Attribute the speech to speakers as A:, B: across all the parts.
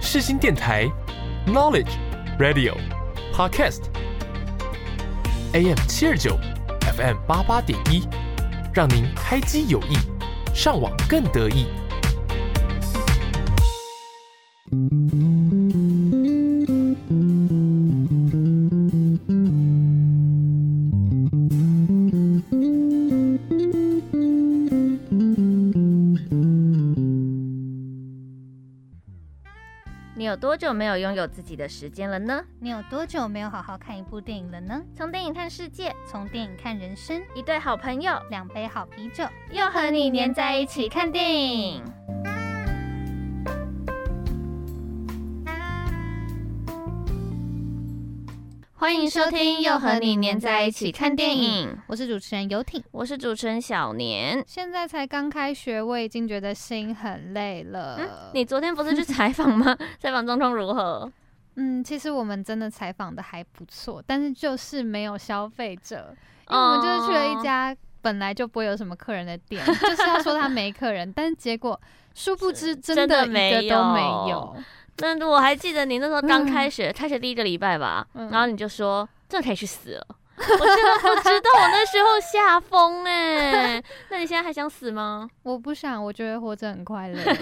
A: 世新电台 Knowledge Radio Podcast AM 七二九 FM 八八点一，让您开机有益，上网更得意。
B: 你有多久没有拥有自己的时间了呢？
C: 你有多久没有好好看一部电影了呢？
B: 从电影看世界，
C: 从电影看人生，
B: 一对好朋友
C: 两杯好啤酒，
B: 又和你黏在一起看电影。欢迎收听《又和你黏在一起看电影》，
C: 我是主持人游艇。
B: 我是主持人小年。
C: 现在才刚开学，我已经觉得心很累了。
B: 嗯你昨天不是去采访 吗？采访状况如何？
C: 嗯，其实我们真的采访的还不错，但是就是没有消费者，因为我们就是去了
B: 哦
C: 一家本来就不会有什么客人的店，就是要说他没客人，但是结果殊不知真
B: 真的
C: 的一个
B: 没
C: 都没
B: 有
C: 有。
B: 那我还记得你那时候刚开学，开学第一个礼拜吧，
C: 嗯
B: 然后你就说这可以去死了。 我真的不知道，我那时候吓疯哎！那你现在还想死吗？
C: 我不想，我觉得活着很快乐，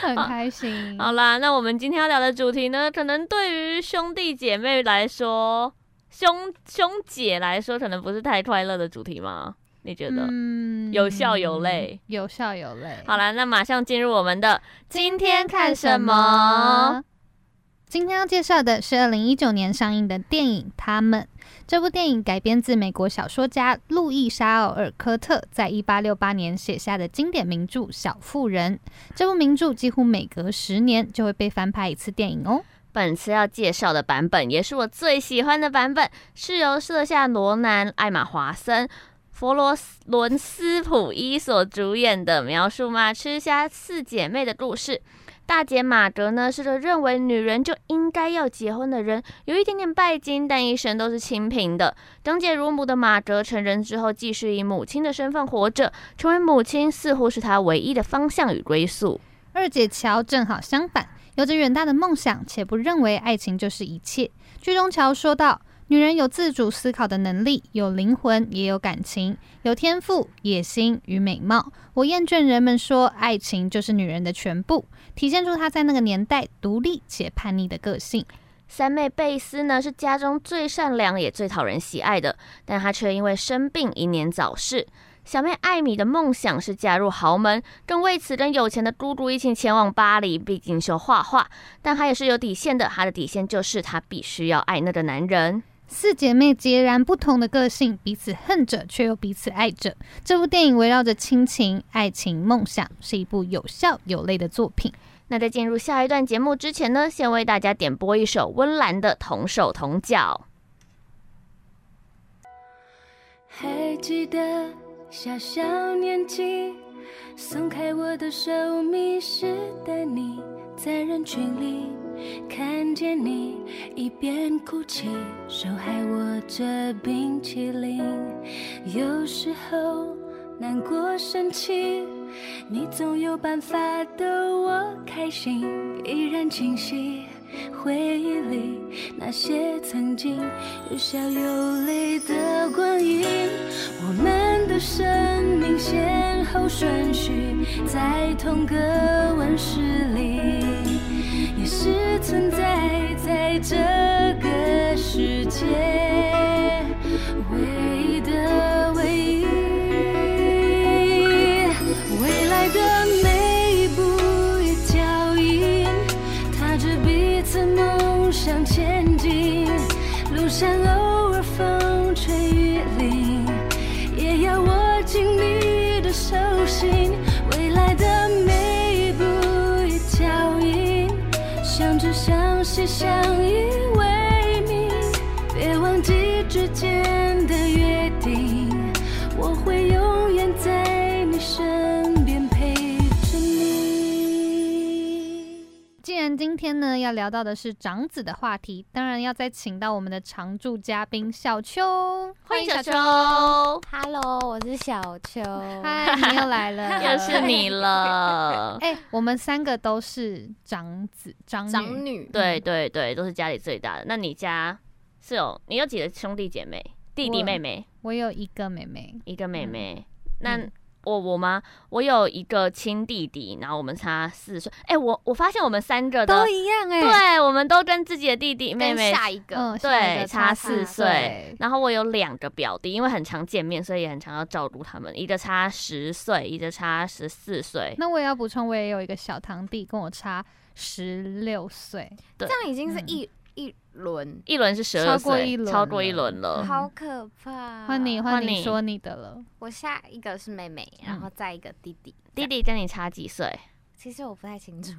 C: 很开心。
B: 好啦，那我们今天要聊的主题呢，可能对于兄弟姐妹来说，兄兄姐来说，可能不是太快乐的主题吗？你觉得？
C: 嗯
B: 有笑有泪，
C: 有笑有泪。
B: 好啦，那马上进入我们的今天看什么？
C: 么？今天要介绍的是二零一九年上映的电影《他们》。这部电影改编自美国小说家路易莎奥尔科特在一八六八年写下的经典名著《小妇人》。这部名著几乎每隔十年就会被翻拍一次电影哦。
B: 本次要介绍的版本也是我最喜欢的版本，是由摄夏罗南、艾玛华森、佛罗伦斯普伊所主演的，描述马吃虾四姐妹的故事。大姐玛格呢是个认为女人就应该要结婚的人，有一点点拜金，但一生都是清贫的。长姐如母的玛格成人之后，继续以母亲的身份活着，成为母亲似乎是她唯一的方向与归宿。
C: 二姐乔正好相反，有着远大的梦想，且不认为爱情就是一切。剧中乔说道：“女人有自主思考的能力，有灵魂，也有感情，有天赋、野心与美貌。我厌倦人们说爱情就是女人的全部，体现出她在那个年代独立且叛逆的个性。
B: 三妹贝斯呢是家中最善良也最讨人喜爱的，但她却因为生病英年早逝。小妹艾米的梦想是嫁入豪门，更为此跟有钱的姑姑一起前往巴黎，毕竟修画画。但她也是有底线的，她的底线就是她必须要爱那个男人。
C: 四姐妹截然不同的个性，彼此恨着却又彼此爱着。这部电影围绕着亲情、爱情、梦想，是一部有笑有泪的作品。
B: 那在进入下一段节目之前呢，先为大家点播一首温岚的《同手同脚》。
D: 还记得小小年纪，松开我的手，迷失的你，在人群里看见你，一边哭泣，手还握着冰淇淋。有时候难过生气，你总有办法逗我开心，依然清晰。回忆里那些曾经有笑有泪的光阴，我们的生命先后顺序在同个温室里，也是存在在这个世界唯一的唯一。未来的每一步一脚印，踏着彼此梦想前进。路上偶尔风吹雨淋，也要握紧你的手心。未来的每一步一脚印，相知相惜相依为命。别忘记之间的约定，我会永远在你身边陪着你。
C: 既然今天呢要聊到的是长子的话题，当然要再请到我们的常驻嘉宾小秋，
B: 欢迎小秋，
E: Hello，我是小秋。
C: 嗨，你又来了，
B: 又是你了。
C: 哎、我们三个都是长子长女，
E: 长女，
B: 对对对，都是家里最大的。那你家是有你有几个兄弟姐妹？弟弟
C: 我
B: 妹妹
C: 我有一个妹妹，
B: 一个妹妹。那我我吗？我有一个亲弟弟，然后我们差四岁。哎、我我发现我们三个的
E: 都，一样哎、
B: 对，我们都跟自己的弟弟妹
E: 跟
B: 妹。
E: 下一个、
C: 嗯，下一
B: 对，
C: 个
B: 差
E: 差
B: 四岁
E: 四
C: 岁。
B: 然后我有两个表弟，因为很常见面，所以也很常要照顾他们。一个差十岁，一个差十四岁。
C: 那我也要补充，我也有一个小堂弟，跟我差十六岁，
E: 这样已经是
D: 嗯
E: 一、一轮，
B: 一轮是十
C: 超
B: 二
C: 过一
B: 岁，
C: 轮
B: 超过
C: 了
B: 一轮了。
E: 好可怕。啊
C: 换你，换
B: 啊换
C: 你
B: 你
C: 说你的了。
E: 我下一个是妹妹，然后再一个弟弟。
B: 弟弟跟你差几岁？
E: 其实我不太 清楚，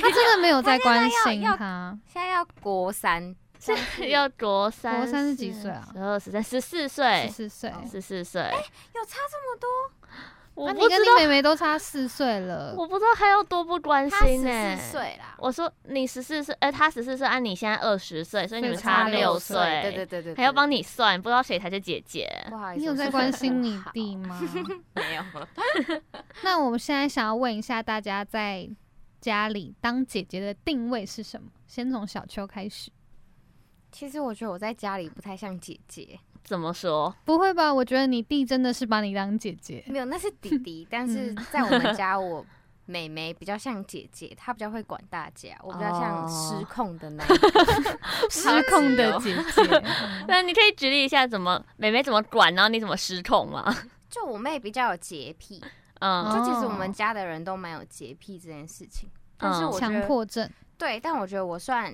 C: 他真的没 有在关心
E: 要
C: 他。
E: 现在要国三，
B: 是 要国三，
C: 国三是几岁啊
B: 十二、十三、十四岁
C: 十，四岁，那
B: 十四岁。
E: 有差这么多？
B: 我
C: 你
B: 不
C: 跟
B: 知
C: 你
B: 道，
C: 妹妹都差四岁了。
B: 我不知道他要多不关
E: 他
B: 心
E: 十
B: 呢。
C: 欸
E: 四岁啦，
C: 啊
B: 我说你十四岁，哎，他十四岁，按你现在二十岁，所以你们
C: 所以差
B: 差
C: 六
B: 六
C: 岁
B: 岁，
E: 对对对对，
B: 还要帮
E: 你，
B: 你算，不知道谁才是姐姐。
E: 不好意思，
C: 你有
E: 我
C: 在
E: 数学
C: 关
E: 不
C: 心你
E: 好
C: 弟？ 吗？
E: 没有，
C: 那我们现在想要问一下大家，在家里当姐姐的定位是什么？先从小秋开始，
E: 其实我觉得我在家里不太像姐姐，
B: 怎么说？
C: 不会吧？我觉得你弟真的是把你当姐姐，
E: 没有，那是弟 弟，但是在我们家我。妹妹比较像姐姐，她比较会管大家，我比较像失控的那一 个。
C: 失控的 姐姐。嗯
B: 那你可以举例一下，怎么妹妹怎么管，然后你怎么失控吗？
E: 就我妹比较有洁癖，
C: 哦
B: 嗯
E: 就其实我们家的人都蛮有洁癖这件事情，但是我觉
C: 强
E: 得
C: 迫症，
E: 对，但我觉得我算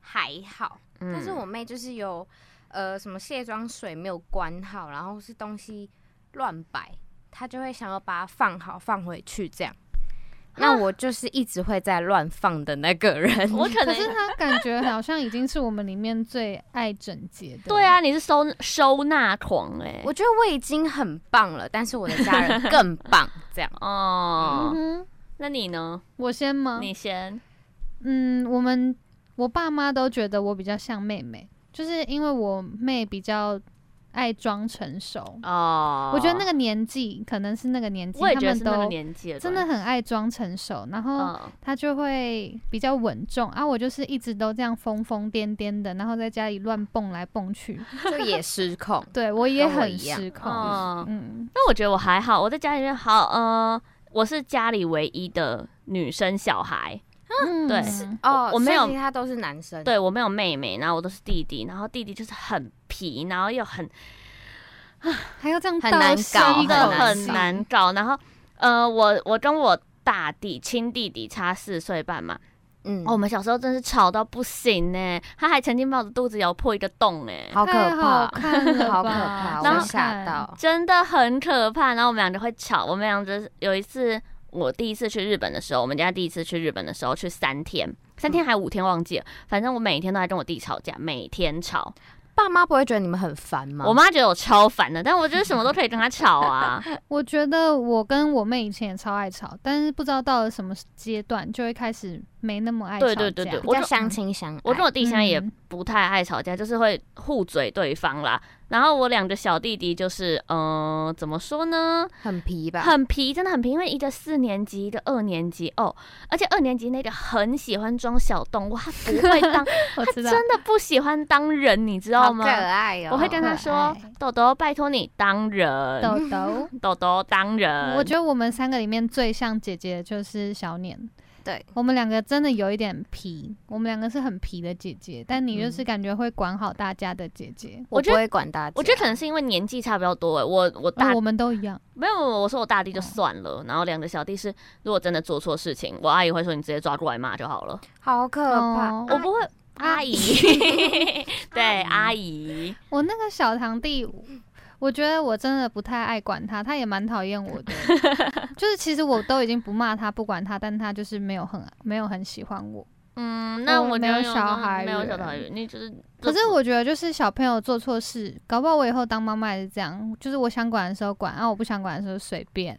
E: 还好，
B: 嗯
E: 但是我妹就是有呃什么卸妆水没有关好，然后是东西乱摆，她就会想要把它放好放回去这样。那我就是一直会在乱放的那个人，
B: 啊我可
C: 可是
B: 能
C: 他感觉好像已经是我们里面最爱整洁的。
B: 对，啊，你是收收纳狂哎、
E: 我觉得我已经很棒了，但是我的家 人更棒，这样
B: 哦
C: 嗯，哼，
B: 那你呢？
C: 我先吗？
B: 你先，
C: 嗯，我们我爸妈都觉得我比较像妹妹，就是因为我妹比较爱装成熟。
B: 哦，
C: 我觉得那个年纪可能是那个年纪，
B: 我也
C: 他
B: 觉得
C: 们
B: 是那个
C: 都
B: 年纪了，
C: 真的，哦很爱装成熟，然后
B: 嗯，
C: 她就会比较稳重啊。我就是一直都这样疯疯癫癫的，然后在家里乱蹦来蹦去，
E: 就也失控。
C: 对我也
E: 跟我
C: 很
E: 一样
C: 失控。
B: 哦
C: 嗯，
B: 那我觉得我还好，我在家里面好，呃，我是家里唯一的女生小孩，
C: 嗯
B: 对
E: 哦，
B: 我没有
E: 所以其他都是男生，
B: 对我没有妹妹，然后我都是弟弟，然后弟弟就是很皮，然后又很
C: 还要这样
E: 很
C: 倒
E: 难
C: 吸
E: 搞
C: 一
B: 真的
C: 口
B: 很
C: 气
B: 难搞。然后，呃，我我跟我大弟亲弟弟差四岁半嘛，
E: 嗯，
B: 哦，我们小时候真是吵到不行呢、他还曾经把我的肚子咬破一个洞哎、
E: 好可
C: 太
E: 怕
C: 好，看了，
E: 好可怕，
B: 然
E: 我
B: 后嗯
E: 吓。到。
B: 真的很可怕。然后我们俩就会吵，我们俩就是有一次我第一次去日本的时候，我们家第一次去日本的时候去三天。三天还五天忘记了，反正我每天都在跟我弟吵架，每天吵。
E: 爸妈不会觉得你们很烦吗？
B: 我妈觉得我超烦的，但我觉得什么都可以跟她吵啊。
C: 我觉得我跟我妹以前也超爱吵，但是不知道到了什么阶段，就会开始没那么爱吵
B: 对
C: 架。
B: 对对对，
E: 比
B: 我
E: 较
B: 就嗯
E: 相亲相爱。
B: 我跟我弟现在也
C: 嗯
B: 不太爱吵架，就是会互嘴对方啦。然后我两个小弟弟就是，嗯、怎么说呢？
E: 很皮吧？
B: 很皮，真的很皮，因为一个四年级，一个二年级哦，而且二年级那个很喜欢装小动物，他不会当，
C: 我
B: 他
C: 知道。
B: 真的不喜欢当人，你知
E: 好
B: 道
E: 可
B: 吗？
E: 爱哦！
B: 我会跟他
C: 好
B: 说
C: 可爱：“
B: 豆豆，拜托你当人，
C: 豆豆，
B: 豆豆当人。”
C: 我觉得我们三个里面最像姐姐的就是小年。
E: 对，
C: 我们两个真的有一点皮，我们两个是很皮的姐姐，但你
E: 嗯
C: 就是感觉会管好大家的姐姐。
B: 我
E: 我不
B: 觉得
E: 会管大家。
B: 我觉得可能是因为年纪差比较多哎，我我大
C: 哦我们都一样，
B: 没有，没有我说我大弟就算了，然后两个小弟是，如果真的做错事情，我阿姨会说你直接抓过来骂就好了，
E: 好可怕。
C: 哦
B: 我不会。阿 姨，对阿姨，
C: 我那个小堂弟，我觉得我真的不太爱管他，他也蛮讨厌 我的。就是其实我都已经不骂他、不管他，但他就是没有很没有很喜欢我。
B: 嗯，那
C: 我
B: 我
C: 没
B: 觉得
C: 有小
B: 那
C: 孩
B: 没有小
C: 缘
B: 孩缘，你就是
C: 可
B: 这
C: 是我觉得就是小朋友做错事，搞不好我以后当妈妈也是这样，就是我想管的时候管，啊我不想管的时候随便。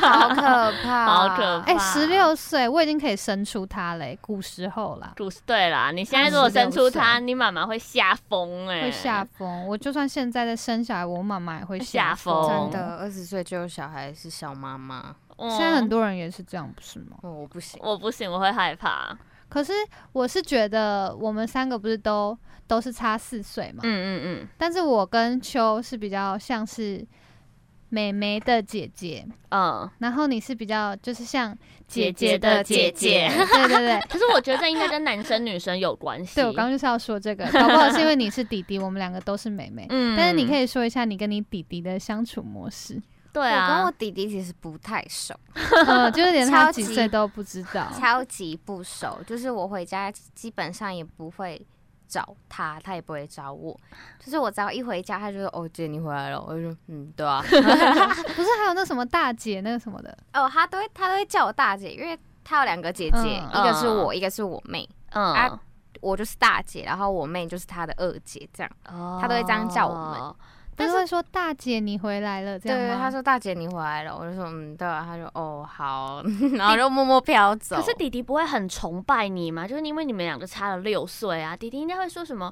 E: 好可 怕，
B: 好可怕哦
C: 哎、十六岁我已经可以生出他嘞、古时候啦，
B: 故事对啦，你现在如果生出
E: 16
B: 他，
E: 岁
B: 你妈妈会吓疯哎，
C: 会吓疯。我就算现在在生小孩，我妈妈也会
B: 吓
C: 疯。
B: 疯
E: 真的，二十岁就有小孩是小妈妈，
B: 嗯。
C: 现在很多人也是这样，不是吗？
E: 哦，我不行，
B: 我不行，我会害怕。
C: 可是我是觉得我们三个不是都都是差四岁嘛，
B: 嗯嗯
C: 但是我跟秋是比较像是妹妹的姐姐，
B: 嗯嗯，
C: 然后你是比较就是像
B: 姐
C: 姐
B: 的
C: 姐
B: 姐姐
C: 对对对。
B: 可是我觉得这应该跟男生女生有关 系。
C: 对，我刚刚就是要说这个，搞不好是因为你是弟弟，我们两个都是妹妹。
B: 嗯
C: 但是你可以说一下你跟你弟弟的相处模 式，
B: 对
E: 我跟
B: 啊哦
E: 我，弟弟其实不太熟，
C: 呃，就是连他
E: 超
C: 几
E: 级
C: 岁都不知道。
E: 超级不熟，就是我回家基本上也不会找他，他也不会找我，就是我只要一回家，他就说：“哦，姐你回来了。”我就说：“嗯，对啊。
C: 不是还有那什么大姐那个什么的，”
E: 哦，他都会他都会叫我大姐，因为他有两个姐姐，
C: 嗯
E: 一个是我，一个是我妹，
B: 嗯
E: 啊，我就是大姐，然后我妹就是他的二姐，这样。
B: 他
E: 他都会这样叫我们
B: 哦
C: 但是会说大姐你回来了这
E: 对
C: 样
E: 对，
C: 吗？
E: 他说：“大姐你回来了。”我就说：“嗯，对啊。”他就：“ 哦，好。”然后就默默飘走。
B: 可是弟弟不会很崇拜你吗？就是因为你们两个差了六岁啊，弟弟应该会说什么？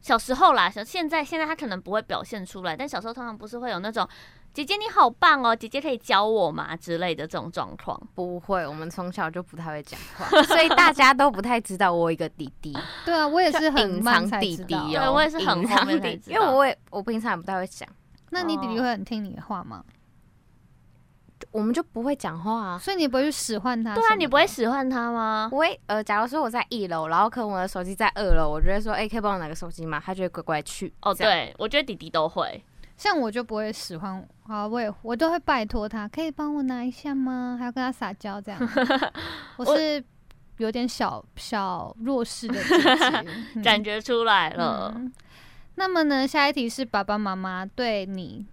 B: 小时候啦，小现在现在他可能不会表现出来，但小时候通常不是会有那种“姐姐你好棒哦，姐姐可以教我吗”之类的这种状况。
E: 不会，我们从小就不太会讲话，所以大家都不太知道我有一个弟 弟。
C: 对啊，我也是很
E: 隐
C: 慢
E: 藏
C: 才
E: 弟
C: 知
E: 弟
C: 道。
E: 哦、
B: 对我也是很后面才
E: 隐藏弟
B: 知道
E: 因为我也我平常也不太会讲，
C: 那你弟
E: 哦
C: 弟会很听你的话吗？
E: 我们就不会讲话啊。
C: 所以你不会去使唤他？
B: 对啊，你不会。使唤他吗？
E: 我会呃，假如说我在一楼，然后可能我的手机在二楼，我就会说，哎、可以帮我拿个手机吗？他就会乖乖去。
B: 哦，
E: 这样，
B: 对，我觉得弟弟都会。
C: 像我就不会使唤啊，我也我都会拜托他，可以帮我拿一下吗？还要跟他撒娇 这样。我是有点小小弱势的姐 嗯姐，
B: 感觉
C: 觉
B: 出来了，
C: 嗯那么呢，下一题是爸爸妈妈对你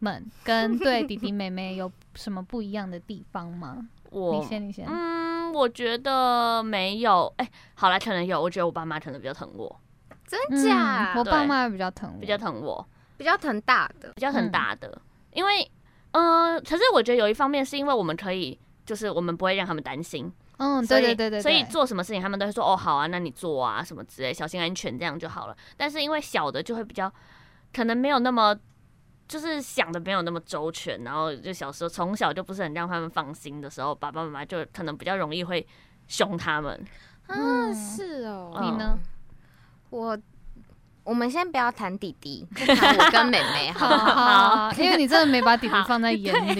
C: 们跟对弟弟妹妹有什么不一样的地方吗？你
B: 我
C: 先，你先。
B: 嗯，我觉得没有，哎、好啦，可能有，我觉得我爸妈可能比较疼我，
E: 真假？
C: 嗯我
E: 我
C: 爸妈比较疼我，
B: 比较疼我，
E: 比较疼大的，
B: 比较
C: 嗯
B: 很大的，因为，呃，可是我觉得有一方面是因为我们可以，就是我们不会让他们担心，
C: 嗯，
B: 所
C: 对
B: 以
C: 对对对，
B: 所以
C: 对
B: 做什么事情他们都会说，哦，好啊，那你做啊，什么之类，小心安全这样就好了。但是因为小的就会比较，可能没有那么。就是想的没有那么周全，然后就小时候从小就不是很让他们放心的时候，爸爸妈妈就可能比较容易会凶他们。
C: 嗯
E: 嗯，是哦。
B: 你
C: 呢？
E: 我我们先不要谈弟 弟，就谈我跟妹妹好
C: 嗯好
E: 了。
C: 好，好因为你真的没把弟弟放在眼 里，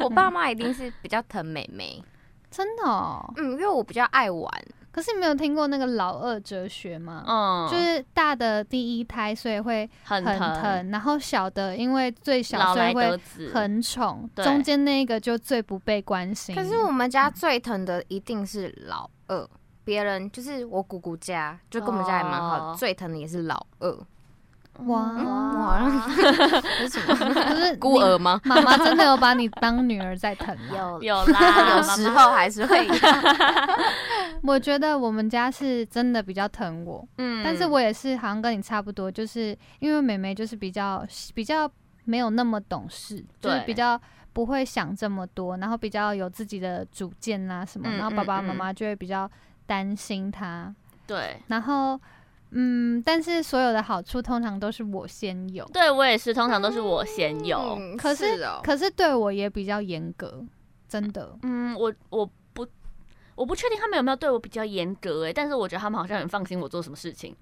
E: 我爸妈一定是比较疼妹妹，
C: 真的哦。
E: 嗯，因为我比较爱玩，
C: 可是你没有听过那个老二哲学吗？
B: 嗯，
C: 就是大的第一胎，所以会
B: 很
C: 很疼，然后小的因为最小，
B: 老
C: 所
B: 来
C: 以
B: 得
C: 会
B: 子，
C: 很宠，
B: 对
C: 中间那个就最不被关心。
E: 可是我们家最疼的一定是老二，别人就是我姑姑家，就跟我们家也蛮好，
B: 哦
E: 最疼的也是老 二。
C: 哦
E: 嗯，我
C: 哇，
E: 好像是什么
C: 可是
E: 孤儿吗？
C: 你妈妈真的有把你当女儿在疼吗？
E: 有
B: 有啦，
E: 有时候还是会
C: 我觉得我们家是真的比较疼我，
B: 嗯
C: 但是我也是好像跟你差不多，就是因为妹妹就是比较比较没有那么懂事，就是
B: 对
C: 比较不会想这么多，然后比较有自己的主见啊什么，
B: 嗯
C: 然后爸爸
B: 嗯嗯
C: 妈妈就会比较担心她，
B: 对，
C: 然后嗯，但是所有的好处通常都是我先有，
B: 对我也是，通常都是我先有。
E: 嗯
C: 可是
E: 哦，
C: 可是对我也比较严格，真的，
B: 嗯，我我不我不确定他们有没有对我比较严格哎、但是我觉得他们好像很放心我做什么事情。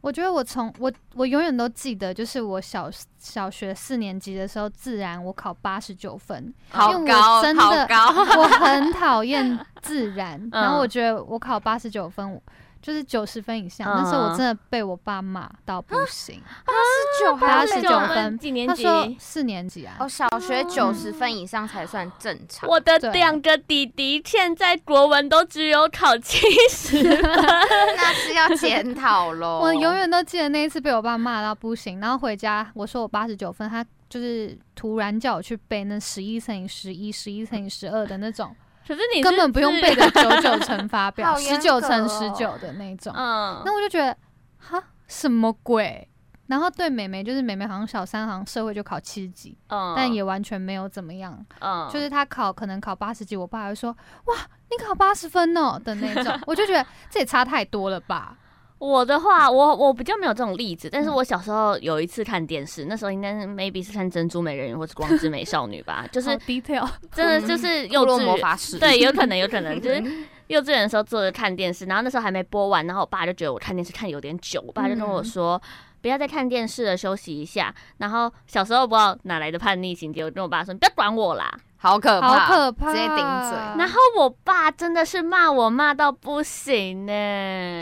C: 我觉得我从我我永远都记得，就是我小小学四年级的时候，自然我考八十九分，
E: 好
C: 因为我
E: 高
C: 真
E: 好
C: 的
E: 高，
C: 我很讨厌自 然，然
B: 嗯
C: 后我觉得我考八十九分，我就是九十分以下，那时
B: 嗯
C: 候我真的被我爸骂到不行。
E: 是 九
C: 八
E: 还
C: 十
E: 是
C: 九
E: 九
C: 分
B: 几啊年
C: 他
B: 级？
C: 说四年级啊
E: 哦，，小学九十分以上才算正常。
B: 我的
C: 对
B: 两个弟弟现在国文都只有考七 十
E: 那是要检讨喽。
C: 我永远都记得那一次被我爸骂到不行，然后回家我说我八十九分，他就是突然叫我去背那十一乘以十一、十一乘以十二的那种
B: 可是你是
C: 根本不用
B: 自
C: 背 的九九乘法表，
E: 好严
C: 十
E: 格
C: 九
E: 哦
C: 乘十九的那种。
B: 嗯，
C: 那我就觉得，哈，什么鬼？然后对妹妹，就是妹妹好像小三，好像社会就考七十几，
B: 嗯
C: 但也完全没有怎么样。
B: 嗯
C: 就是她考可能考八十几，我爸还会说：“哇，你考八十分哦”的那种。我就觉得这也差太多了吧？
B: 我的话，我我比较没有这种例子，但是
C: 嗯
B: 我小时候有一次看电视，那时候应该是 maybe 是看《珍珠美人鱼》或是《光之美少女》吧，就是
C: detail
B: 真的就是幼
E: 部落
B: 稚
E: 哦魔
B: 园，
E: 法使，
B: 对，有可能有可能就是幼稚园的时候坐着看电视，然后那时候还没播完，然后我爸就觉得我看电视看有点久，我爸就跟
E: 嗯
B: 我说。不要再看电视了，休息一下。然后小时候不知道哪来的叛逆情节，我跟我爸说：“你不要管我啦。
E: 好可
C: 好
E: 怕，
C: 可怕，
E: 直接顶嘴
B: 然后我爸真的是骂我骂到不行呢、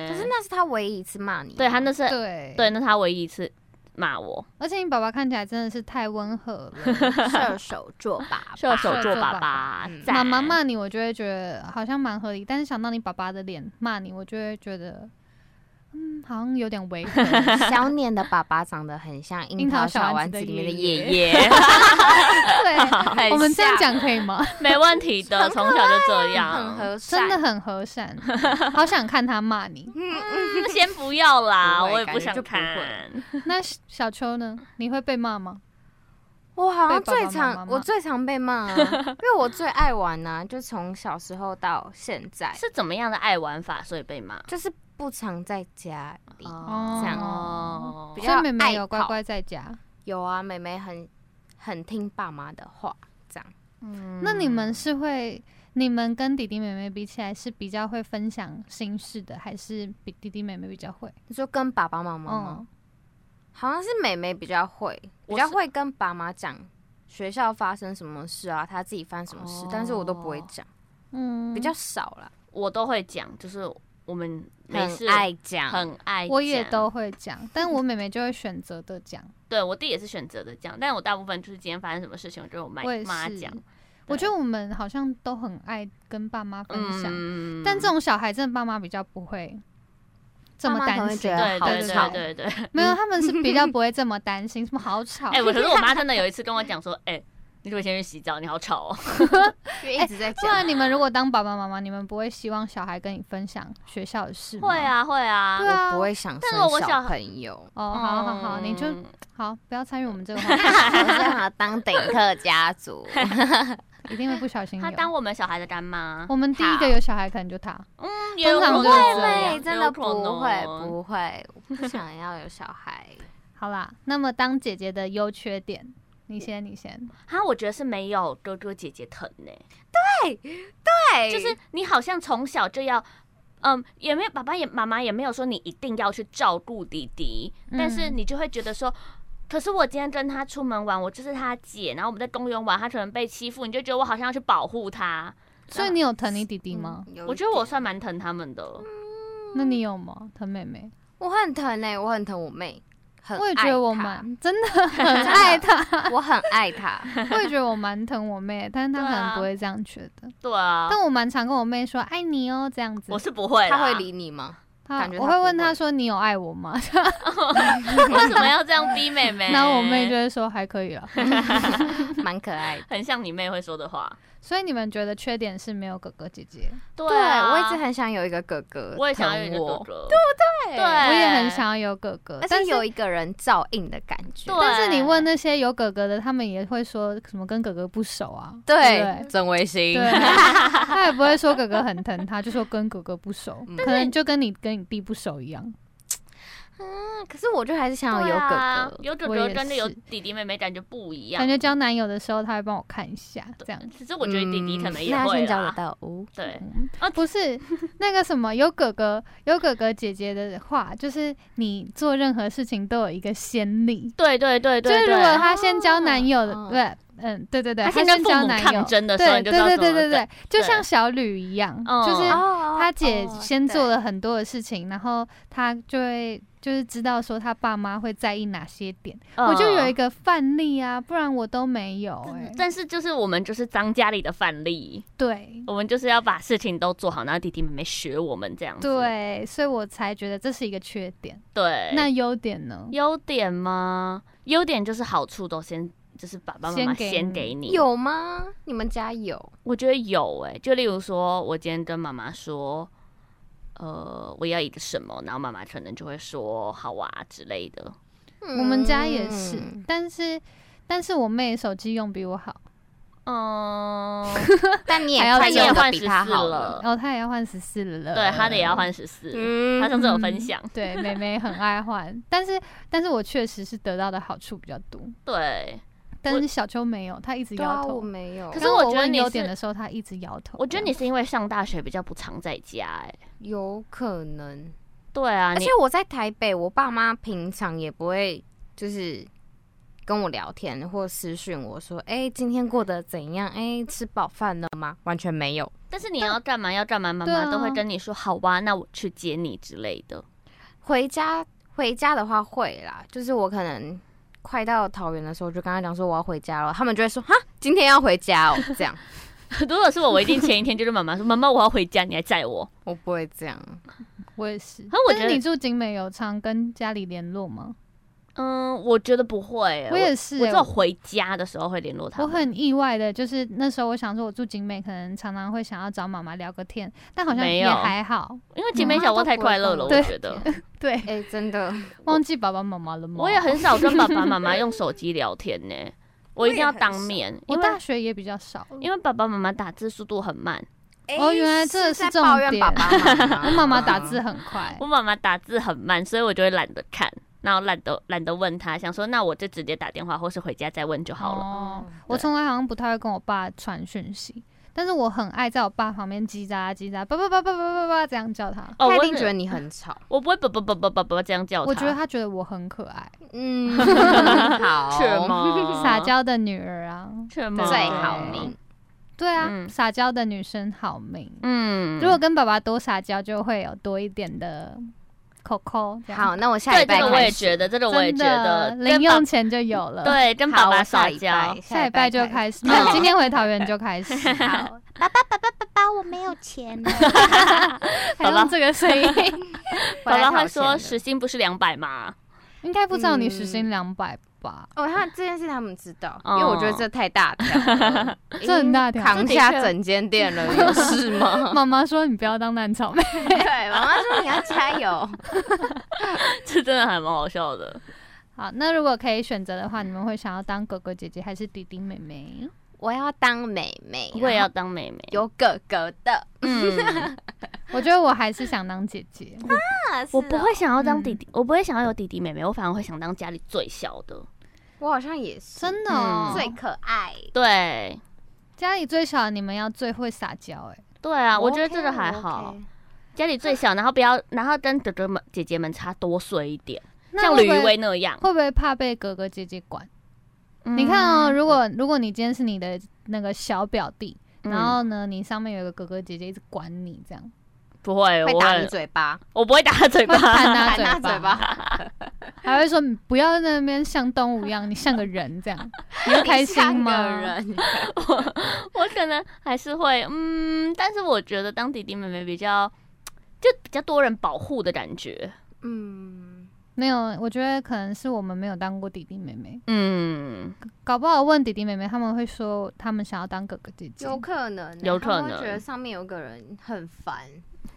E: 可是那是嗯他唯一一次骂你，
B: 对他那是
C: 对
B: 对，那是他唯一一次骂我
C: 而且你爸爸看起来真的是太温和了。
E: 射手座 吧，
B: 射手座
C: 射手
B: 爸
C: 爸
B: 爸
E: 爸嗯，
B: 赞
C: 妈妈骂你，我就会觉得好像蛮合理，但是想到你爸爸的脸骂你，我就会觉得，嗯，好像有点违 和。
E: 小脸的爸爸长得很像樱桃小丸子里面的爷
B: 爷
E: 爷，
B: 爷，
C: 对，
B: 很
C: 我们这样
B: 像
C: 讲可以吗？
B: 哎没问题的，从小就这
E: 很
B: 样。
E: 和善，
C: 真的很和善，好想看他骂你。
B: 嗯先不要啦，
E: 不会
B: 我也不
E: 感觉
B: 想
E: 就不会
B: 看。
C: 那小秋呢？你会被骂吗？
E: 我好
C: 被爸
E: 像
C: 爸
E: 最常
C: 妈妈骂
E: 我最常被骂、 啊，因为我最爱玩呐、就从小时候到现在，
B: 是怎么样的爱玩法，所以被骂？
E: 就是不常在家里。
B: 哦
E: 这样
B: 哦
E: 比较
C: 所以妹妹
E: 爱
C: 有
E: 跑
C: 乖乖在家。
E: 有啊，妹妹很很听爸妈的话，这样嗯
C: 那你们是会，你们跟弟弟妹妹比起来是比较会分享心事的，还是比弟弟妹妹比较会？
E: 你说跟爸爸妈妈吗？
C: 嗯，
E: 好像是妹妹比较会，比
B: 我
E: 较
B: 是
E: 会跟爸妈讲学校发生什么事啊，她自己犯什么事，
B: 哦
E: 但是我都不会讲，
C: 嗯
E: 比较少啦，
B: 我都会讲，就是我们没
E: 很
B: 事
E: 爱讲，
B: 很爱，
C: 我也。都会讲，但我妹妹就会选择的讲。
B: 对我弟也是选择的讲，但我大部分就是今天发生什么事情，我就我妈
C: 我也
B: 妈
C: 是
B: 讲。
C: 我
B: 对
C: 觉得我们好像都很爱跟爸妈分享，
B: 嗯
C: 但这种小孩真的爸妈比较不会这么
E: 爸妈可能
C: 担
E: 会
C: 心，
E: 觉得
B: 对
E: 好
B: 对
E: 吵
B: 对对对，
C: 没有，他们是比较不会这么担心， 什么好吵。
B: 哎、我可是我妈真的有一次跟我讲说，哎、你可不可以先去洗澡？你好吵哦。
E: 就一直在
C: 不
E: 讲。
C: 然你们如果当爸爸妈妈，你们不会希望小孩跟你分享学校的事吗？
B: 会。啊，会啊。
C: 对啊
E: 我不会想
B: 但
E: 生
B: 是我小
E: 小朋友，
C: 哦，好好好，你就
B: 嗯
C: 好，不要参 与我们这个话
E: 我是想当顶客家 族，
C: 题，一定会不小心有。
B: 她当我们小孩的干妈，
C: 我们第一个有小孩，可能就他。
B: 嗯，
C: 通常
B: 不
C: 就是这
E: 对，
C: 样
E: 真的不会，
B: 哦
E: 不会，我不想要有小孩。
C: 好啦，那么当姐姐的优缺点，你先，你先。
B: 哈，我觉得是没有哥哥姐姐疼呢、
E: 对
B: 就是你好像从小就要。嗯，也没有爸爸也妈妈也没有说你一定要去照顾弟弟，但是
C: 嗯
B: 你就会觉得说，可是我今天跟他出门玩，我就是他姐，然后我们在公园玩，他可能被欺负，你就觉得我好像要去保护他。嗯
C: 所以你嗯有疼你弟弟吗？
E: 嗯？有一
B: 我觉得我
E: 点
B: 算蛮疼他们的，嗯
C: 那你有吗？疼妹妹？
E: 我很疼哎、我很疼我妹，很
C: 我也觉
E: 爱
C: 得我
E: 她
C: 蛮真的很爱 她，
E: 我很爱她，
C: 我也觉得我蛮疼我妹，但是她
B: 对
C: 可
B: 啊
C: 能不会这样觉得。
B: 对啊，
C: 但我蛮常跟我妹说爱你哦，这样子
B: 我。是不会啦，
E: 她会理你吗？
C: 她
E: 感觉
C: 我
E: 她
C: 会
E: 不
C: 问她
E: 会
C: 说你有爱我吗？
B: 为什么要这样逼妹妹？
C: 然后我妹就会说还可以啊了。
E: 蛮可爱的。
B: 很像你妹会说的话。
C: 所以你们觉得缺点是没有哥哥姐姐？
B: 对
E: 对，啊
C: 啊
E: 我一直
B: 很，
E: 很想有一个哥哥，
B: 我也想要有一个哥
E: 我，
B: 哥，
E: 对
B: 对
C: 我也很想要有哥哥
E: 而，且
C: 但是
E: 有一个人照应的感觉
B: 对。
C: 但是你问那些有哥哥的，他们也会说什么跟哥哥不熟啊？
E: 对，曾维
C: 对
E: 新
C: 不 对，对他也不会说哥哥很疼他，就说跟哥哥不熟，
E: 嗯
C: 可能就跟你跟你弟不熟一样。
E: 嗯，可是我就还是想要
B: 对
E: 有
B: 啊
E: 哥哥。
B: 有哥
C: 我也
B: 哥
C: 是
B: 跟着有弟弟妹妹感觉不一样，
C: 感觉交男友的时候，他会帮我看一下这样。
B: 其实我觉得弟弟可能也
E: 嗯那他
B: 会啊
E: 先交得
B: 啦。
E: 到哦。
B: 对，
C: 啊，不是那个什么有哥哥有哥哥姐姐的话，就是你做任何事情都有一个先例。
B: 对对对
C: 就是
B: 对
C: 如果
B: 对，
C: 她先交男友的，
E: 哦
C: 对，嗯，对对对，
B: 他
C: 她
B: 先跟父
C: 交
B: 母
C: 男友
B: 抗，争的时候，
C: 对
B: 你就知
C: 对
B: 道
C: 对
B: 怎
C: 对
B: 么
C: 对
B: 对
C: 对，就
B: 对
C: 像小吕一样，
B: 嗯
C: 就是
E: 哦
C: 她姐先做
E: 的，
C: 了很多的事情，然后她就会就是知道说她爸妈会在意哪些点。
B: 嗯
C: 我就有一
B: 个，
C: 个范例啊，不然我都没有哎、
B: 嗯但是就是我们就是张家里的范例，
C: 对
B: 我们就是要把事情都做好，然后弟弟妹妹学我们这样子。
C: 对，所以我才觉得这是一个缺点。
B: 对，
C: 那优点呢？
B: 优点吗？优点就是好处都先就是爸爸妈妈
C: 先给
B: 先
C: 你
B: 给你。
E: 有吗？你们家有？
B: 我觉得有哎、就例如说，我今天跟妈妈说，呃，我要一个什么，然后妈妈可能就会说好啊之类的。
C: 嗯
B: 嗯
C: 我们家也是
E: 嗯，
C: 但是但是我妹手机用比我好，
B: 嗯，
E: 但你也
C: 还要
E: 快
B: 你也
E: 用的
B: 换
E: 比
B: 十四
E: 他好
B: 了，
C: 然后她也要换十四了，
B: 哦对，他的也要换十四，
E: 嗯
B: 他上次有分
C: 嗯
B: 享，
C: 对，妹妹很爱换，但是但是我确实是得到的好处比较多，
B: 对。
C: 但是小秋没有，她一直
E: 对啊，
C: 摇
E: 我
C: 头。
E: 没有。
B: 可是
C: 当
B: 我觉得
C: 问
B: 你
C: 优点
B: 是
C: 的时候，她一直摇头。
B: 我觉得
C: 这
B: 你
C: 样
B: 是因为上大学比较不常在家、哎，
E: 有可能，
B: 对啊，
E: 而
B: 你
E: 且我在台北，我爸妈平常也不会就是跟我聊天或私讯我说，哎、今天过得怎样？哎、吃饱饭了吗？完全没有。
B: 但是你要干嘛要干嘛，妈
C: 对
B: 妈
C: 啊
B: 都会跟你说好吧，那我去接你之类的。
E: 回家回家的话会啦，就是我可能快到桃园的时候，我就跟他讲说我要回家了，他们就会说哈，今天要回家哦，这样
B: 如果是我，我一定前一天就跟妈妈说，妈 妈我要回家，你来载我。
E: 我不会这样。
C: 我也是。
B: 可我
C: 但
B: 觉得
C: 是你住景美有常跟家里联络吗？
B: 嗯，我觉得不会、哎
C: 我也是、
B: 我
C: 欸
B: 只有回家的时候会联络他
C: 我
B: 们。
C: 很意外的，就是那时候我想说，我住景美可能常常会想要找妈妈聊个天，但好像
B: 没
C: 也
B: 有
C: 还好。
B: 因为姐妹小窝太快乐了，
E: 妈妈都
B: 我
E: 不会
B: 觉得。
C: 对，
E: 哎、真的，
C: 忘记爸爸妈妈了吗？
B: 我也，很少跟爸爸妈妈用手机聊天呢、我一定要当面，
C: 我
B: 因为
C: 大学也比较少了。
B: 因为爸爸妈妈打字速度很慢，
C: 哦原来这
E: 是
C: 是
E: 在
C: 重
E: 抱怨
C: 点
E: 爸爸 妈妈
C: 我妈妈打字很快
B: 我，妈妈打字很慢，所以我就会懒得看，然后懒得懒得问她，想说那我就直接打电话或是回家再问就 好了。
C: 哦
E: 嗯，
C: 我从来好像不太会跟我爸传讯息，但是我很爱在我爸旁边叽喳叽喳，叭叭叭叭叭叭叭这样叫他。
B: 哦，
E: 他一
B: 我
E: 定觉得
B: 是
E: 你很吵。
B: 我不会啵啵啵啵啵啵这样叫她
C: 我觉得他觉得我很可爱，
E: 嗯， 好，哦
B: 是？吗？
C: 哦 撒娇的女儿啊，
B: 是吗？
E: 最好命。
C: 对啊，
B: 嗯
C: 撒娇的女生好命。
B: 嗯，
C: 如果跟爸爸多撒娇，就会有多一点的口口。这样
E: 好，，那我下
B: 对
E: 礼
B: 这
E: 拜
B: 个我也
E: 开始。
B: 觉得，这个我也觉
C: 真的
B: 得
C: 零
B: 跟爸
C: 用钱就有了。，
B: 对跟爸
E: 好，
B: 爸
E: 我
B: 撒
E: 礼
B: 娇
E: 拜，
C: 下礼拜就
E: 始。
C: 开始。
B: 嗯
C: 没有，今天回 桃园就开始。
E: 好，
C: 还
B: 爸爸
C: 用这个声音，
B: 爸爸会
E: 回
B: 说
E: 来讨
B: 时
E: 钱
B: 薪不是两百吗？
C: 应该不知道你时薪两百 吧？
E: 了哦，他这件事他们知道，
B: 哦
E: 因为我觉得这太大条 了，
C: 这很大条
E: 已经扛下整间店了，有事 吗？
C: 妈妈说你不要当烂草莓。
E: 对，妈妈说你要加油。
B: 这真的还蛮好笑的。
C: 好，那如果可以选择的话，你们会想要当哥哥姐姐还是弟弟妹妹？
E: 我要当妹妹，
B: 我也要当妹妹，
E: 有哥哥的，
B: 嗯，
C: 我觉得我还是想当姐姐。
B: 我
E: 哦
B: 不会，
C: 哦
B: 想要当弟
C: 嗯
B: 弟，我不会想要有弟弟妹妹，我反而会想当家里最小的。
E: 我好像也是
C: 真的哦，
E: 最可爱。
B: 对，
C: 家里最小的你们要最会撒娇哎。
B: 对啊，我
E: OK，
B: 觉得这个还
E: 我 OK
B: 好，家里最小，然后不要，然后跟哥哥们姐姐们差多岁一点，
C: 那
B: 像
C: 会
B: 吕
C: 不
B: 一
C: 会
B: 威那样。
C: 会不会怕被哥哥姐姐管？
B: 嗯
C: 你看哦，，如果如果你今天是你的那个小表弟，
B: 嗯
C: 然后呢，你上面有一个哥哥姐姐一直管你，这样
B: 不会，
E: 会
B: 我
E: 打你
B: 会，
E: 嘴巴，
B: 我不会打他嘴
C: 会
B: 巴，
C: 弹他 嘴
E: 打 嘴
C: 巴，
E: 巴，
C: 还会说你不要在那边像动物一样，你像个人这 样，你会开心
E: 像个
C: 吗？
E: 人
B: 我可能还是会，嗯，但是我觉得当弟弟妹妹比较，就比较多人保护的感觉，
E: 嗯，
C: 没有，我觉得可能是我们没有当过弟弟妹妹，
B: 嗯，
C: 搞不好问弟弟妹妹，他们会说他们想要当哥哥姐姐，
E: 有可能欸，
B: 嗯有可
E: 他们会
B: 能
E: 觉得上面有个人很烦，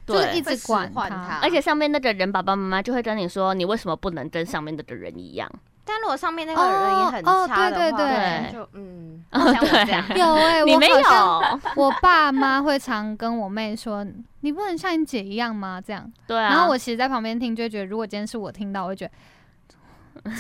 C: 就是一
B: 对。
C: 直管
E: 会使唤他
B: 而且上面那个人爸爸妈妈就会跟你说，你为什么不能跟上面那个人一样？
E: 但如果上面那个人也很
C: 哦
E: 差的话，
C: 哦对对
B: 对
E: 就嗯，
B: 哦
E: 像我这样，
C: 有哎、我
B: 你没有
C: 好像，我爸妈会常跟我妹说，你不能像你姐一样吗？这样。
B: 对啊。
C: 然后我其实，在旁边听就会觉得，如果今天是我听到，我会觉得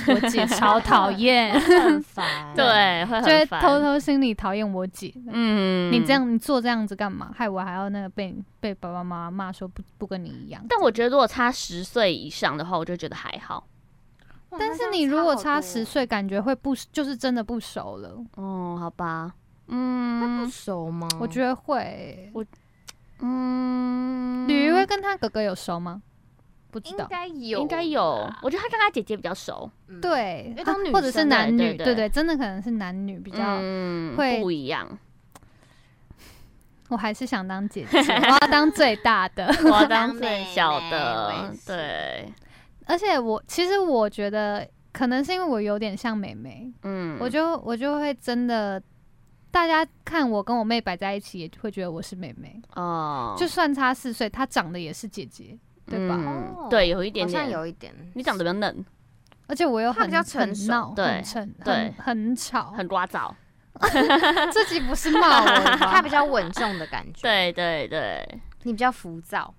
C: 我姐超讨厌，
E: 很烦，
B: 对会
C: 就会
B: 很烦，
C: 偷偷心里讨厌我姐。
B: 嗯
C: 你这。样，你做这样子干嘛？害我还要那个被被爸爸妈妈骂说不不跟你一样。
B: 但我觉得如果差十岁以上的话，我就觉得还好。
E: 哇
C: 但是你如果差十，岁，感觉会不就是真的不熟了。
B: 哦，好吧，
E: 那
B: 嗯
E: 不熟吗？
C: 我觉得会。
B: 嗯，
C: 吕、薇跟她哥哥有熟吗？不知
E: 应
C: 道。
E: 该有，啊
B: 应该有，我觉得他跟他姐姐比较熟，
E: 嗯，
C: 对
E: 因为，
C: 啊
E: 当女
C: 或者是
E: 生
C: 男
B: 对对
C: 女，
B: 对
C: 对对，真的可能是男女比较。
B: 嗯
C: 会
B: 不一样。
C: 我还是想当姐姐，我要当最大的。
B: 我要当
E: 妹
B: 最
E: 妹
B: 小
E: 我
B: 的
E: 也，是
B: 对，
C: 而且我其实我觉得可能是因为我有点像妹妹，
B: 嗯，
C: 我就我就会真的，大家看我跟我妹摆在一起，也会觉得我是妹妹。
B: 哦，
C: 就算差四岁，她长得也是姐姐，对吧？
B: 嗯
E: 哦
B: 对，有一点
E: 好
B: 点
E: 像，有一点，
B: 你长得比较嫩，
C: 而且我又
E: 她
C: 很
E: 比较成熟
C: 很闹，
B: 对
C: 很沉，
B: 对
C: 很很吵，
B: 很聒噪。
C: 自己不是闹 我吧
E: 她比较稳重的感 觉，，
B: 对对对，
E: 你比较浮躁，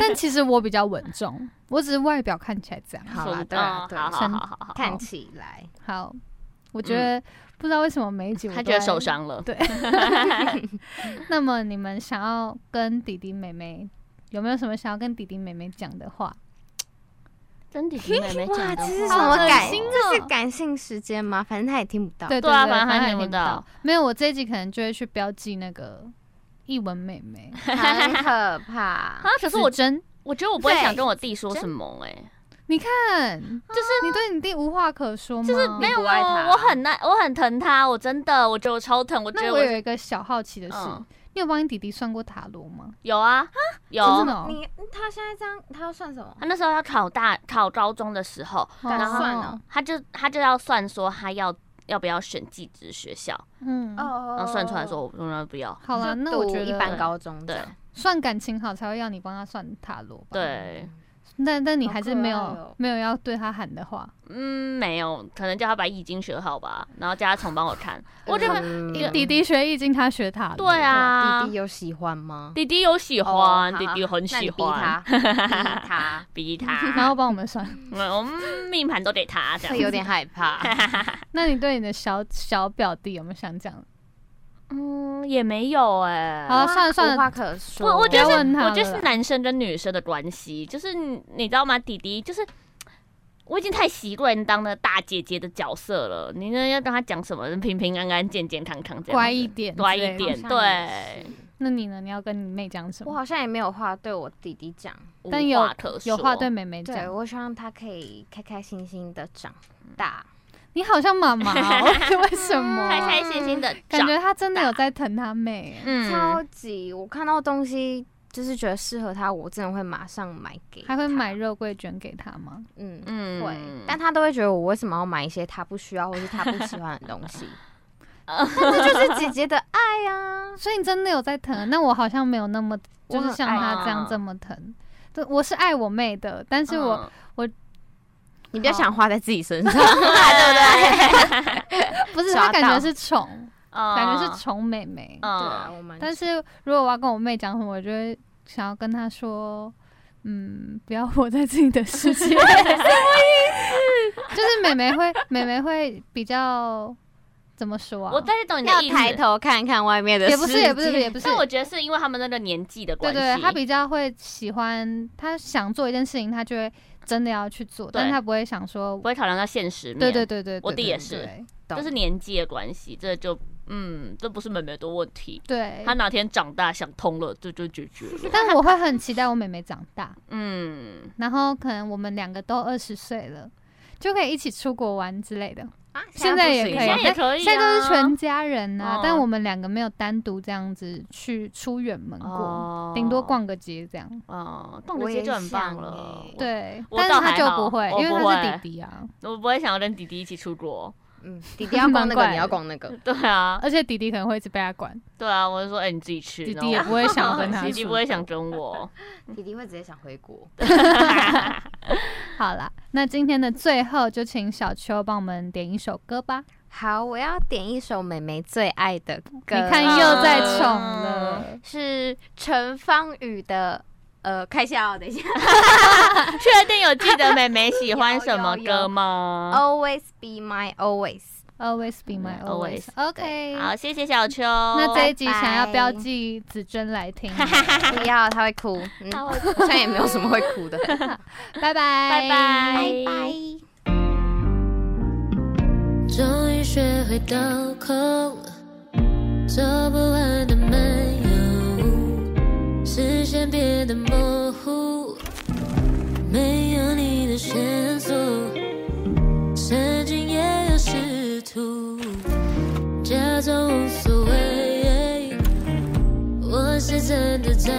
C: 但其实我比较稳重，我只是外表看起来这样。
E: 好啦
B: 说
E: 对啊
B: 哦
E: 对
B: 好好
C: 身
B: 好好好，
E: 看起来
C: 好，我觉得、不知道为什么每一集
B: 嗯
C: 我
B: 他
C: 都
B: 觉得
C: 在
B: 受。伤了。
C: 对，那么你们想要跟弟弟妹妹有没有什么想要跟弟弟妹妹讲的话？
B: 真的是妹妹讲的
E: 这是
B: 话
E: 什么
C: 好恶
E: 感？啊
C: 心哦
E: 这是感性时间吗？反正他也听不到。
C: 对
B: 对啊反正他
C: 正
B: 听
C: 也
B: 不
C: 听不
B: 到。
C: 没有，我这一集可能就会去标记那个译文妹妹。
E: 很可怕
B: 啊。！可是我
C: 指针，
B: 我觉得我不会
E: 对
B: 想跟我弟说
E: 真
B: 什么哎、
C: 你看，就是你对你弟无话可说吗？就是
B: 没有
E: 不爱
B: 啊
E: 他
B: 我很难，我很疼他，我真的，我觉得我超疼，我觉
C: 那
B: 得
C: 我
B: 我
C: 有一个小好奇的事，
B: 嗯
C: 你有帮你弟弟算过塔罗吗？
B: 有啊，有。
C: 真的、哦，
E: 你嗯他现在这样，他要算什么？
B: 他那时候要考大考高中的时候，
E: 打
B: 哦然后嗯
E: 算哦，
B: 他就他就要算说他要要不要选技职学校，
C: 嗯，
E: 哦
B: 然后算出来说我从来不要。
C: 好了，那我觉
E: 一
C: 得
E: 般高中
B: 对
E: 这样
C: 算感情好才会要你帮他算塔罗吧？，
B: 对，
C: 但但你
E: 好
C: 还是
E: 可
C: 没有、
E: 爱哦
C: 没有要对他喊的话，
B: 嗯，没有，可能叫他把易经学好吧，然后叫他重帮我看。我觉得
E: 嗯
B: 一个
C: 弟弟学易经，他学塔罗，
B: 对啊
E: 弟，弟有喜欢吗？
B: 弟弟有喜
E: 哦
B: 欢，
E: 好
B: 弟弟很喜欢，，
E: 那你逼他，逼他
B: 逼
C: 然
B: 他嗯
C: 后，帮我们算。
B: 我们命盘都给他这
E: 会
B: 样。
E: 有点害怕。
C: 那你对你的小小表弟有没有想讲？
B: 嗯，也没有哎。
C: 好啊算了算了
E: 无话可说。
B: 我我觉得
C: 不要
B: 是
C: 问他
B: 我觉得
C: 了
B: 是
C: 啦
B: 男生跟女生的关系，就是你你知道吗？弟弟就是我已经太习惯当那大姐姐的角色了，你呢要跟他讲什么平平安安、健健康康这样，
C: 乖一点，
B: 乖一
E: 好
B: 点
E: 像也
B: 对
E: 是，
C: 那你呢？你要跟你妹讲什
E: 我
C: 么？
E: 好像也没有话对我弟弟讲。
B: 无
C: 但有
B: 话可说。
C: 有话对妹妹
E: 对，
C: 讲。
E: 我希望他可以开开心心的长大。
C: 你好像妈 妈哦，为什
B: 开
C: 么？
B: 开心心的
C: 感
B: 长，
C: 觉她真的有在疼她妹。
B: 嗯
E: 超，级，我看到东西就是觉得适合他，我真的会马上买给。
C: 欸还会买，肉桂卷给她吗？
E: 嗯
B: 嗯。
E: 会，但他都会觉得我为什么要买一些他不需要或是他不喜欢的东 西但这就是姐姐的爱啊！
C: 所以你真的有在疼。啊那我好像没有那么，
E: 我
C: 就是
E: 很
C: 像
E: 爱
C: 她这样
B: 她
C: 这么疼。对，我是爱我妹的，但
B: 嗯
C: 是我
E: 你不要想花在自己身上，
C: 不是
E: 抓
C: 她感觉
E: 到
C: 是宠，
B: 嗯
C: 感觉是宠妹妹。
E: 对
B: 嗯
E: 啊，我们
C: 但是如果我要跟我妹讲什么，我就会想要跟她说，嗯，不要活在自己的 世界。就是妹妹会，妹妹会比较怎么说啊？
B: 我大概懂你
E: 要
B: 的意
E: 抬
B: 思，
E: 头看看外面的
C: 也不是，
E: 世
C: 也不是，
E: 界
C: 也不是
B: 但。我觉得是因为他们那个年纪的关
C: 对
B: 系，
C: 对，她比较会喜欢，她想做一件事情，她就会真的要去做，但她不会想说
B: 不，会考量到现实面，
C: 对对，对对，
B: 我弟也
C: 对对
E: 懂
B: 就是年纪的关系，这就嗯，这不是妹妹的问题，
C: 对。
B: 他
C: 对
B: 哪天长大想通了，这就解决 了。
C: 但我会很期待我妹妹长大，
B: 嗯，
C: 然后可能我们两个都二十岁了，就可以一起出国玩之类的。
E: 啊
C: 现在也
E: 不行
C: 可以
B: 现在也可以、啊，
C: 现在都是全家人呐、
B: 哦
C: 但我们两个没有单独这样子去出远门过，
B: 哦
C: 顶、多逛个街这样。
B: 哦，逛街就很棒了
E: 我也想。耶
B: 我，
C: 欸对，
B: 我
C: 但是
B: 倒
C: 他
B: 还
C: 就
B: 好
C: 不会，
B: 我
C: 因为
B: 不
C: 他
B: 会
C: 是弟弟啊，
B: 我不会想要跟弟弟一起出 国。
E: 嗯，弟弟要逛
C: 蛮
E: 那
C: 怪
E: 个，
C: 的
E: 你要逛那个，
B: 对啊，
C: 而且弟弟可能会一直被他管，
B: 对啊，我就说，哎、你自己去。
C: 弟
B: 然后
C: 弟也不会想跟 他
B: 弟弟
C: 说
B: 不会想跟我。
E: 弟弟会直接想回国。
C: 好啦，那今天的最后就请小秋帮我们点一首歌吧。
E: 好，我要点一首妹妹最爱的歌，嗯
C: 你看又在宠
B: 哦
C: 了，
E: 是陈芳宇的，呃，看一下哦，等一下
B: 确定有记得妹妹喜欢什 么歌
C: 啊
B: 吗？
E: ，Always be my always。
C: Always be my
B: 嗯，Always
C: always。OK，
B: 好，谢谢小秋。
C: 那这一集
E: 拜拜
C: 想要标记子珍来听，
E: 不要，他会哭。嗯，好像也没有什么会哭的。
C: 拜拜， 拜
B: 拜拜
E: 拜拜。
F: 终于学会倒扣了，做不完的漫游，视线变得模糊，没有你的线索，神经也有试图假装无所谓，我是真的在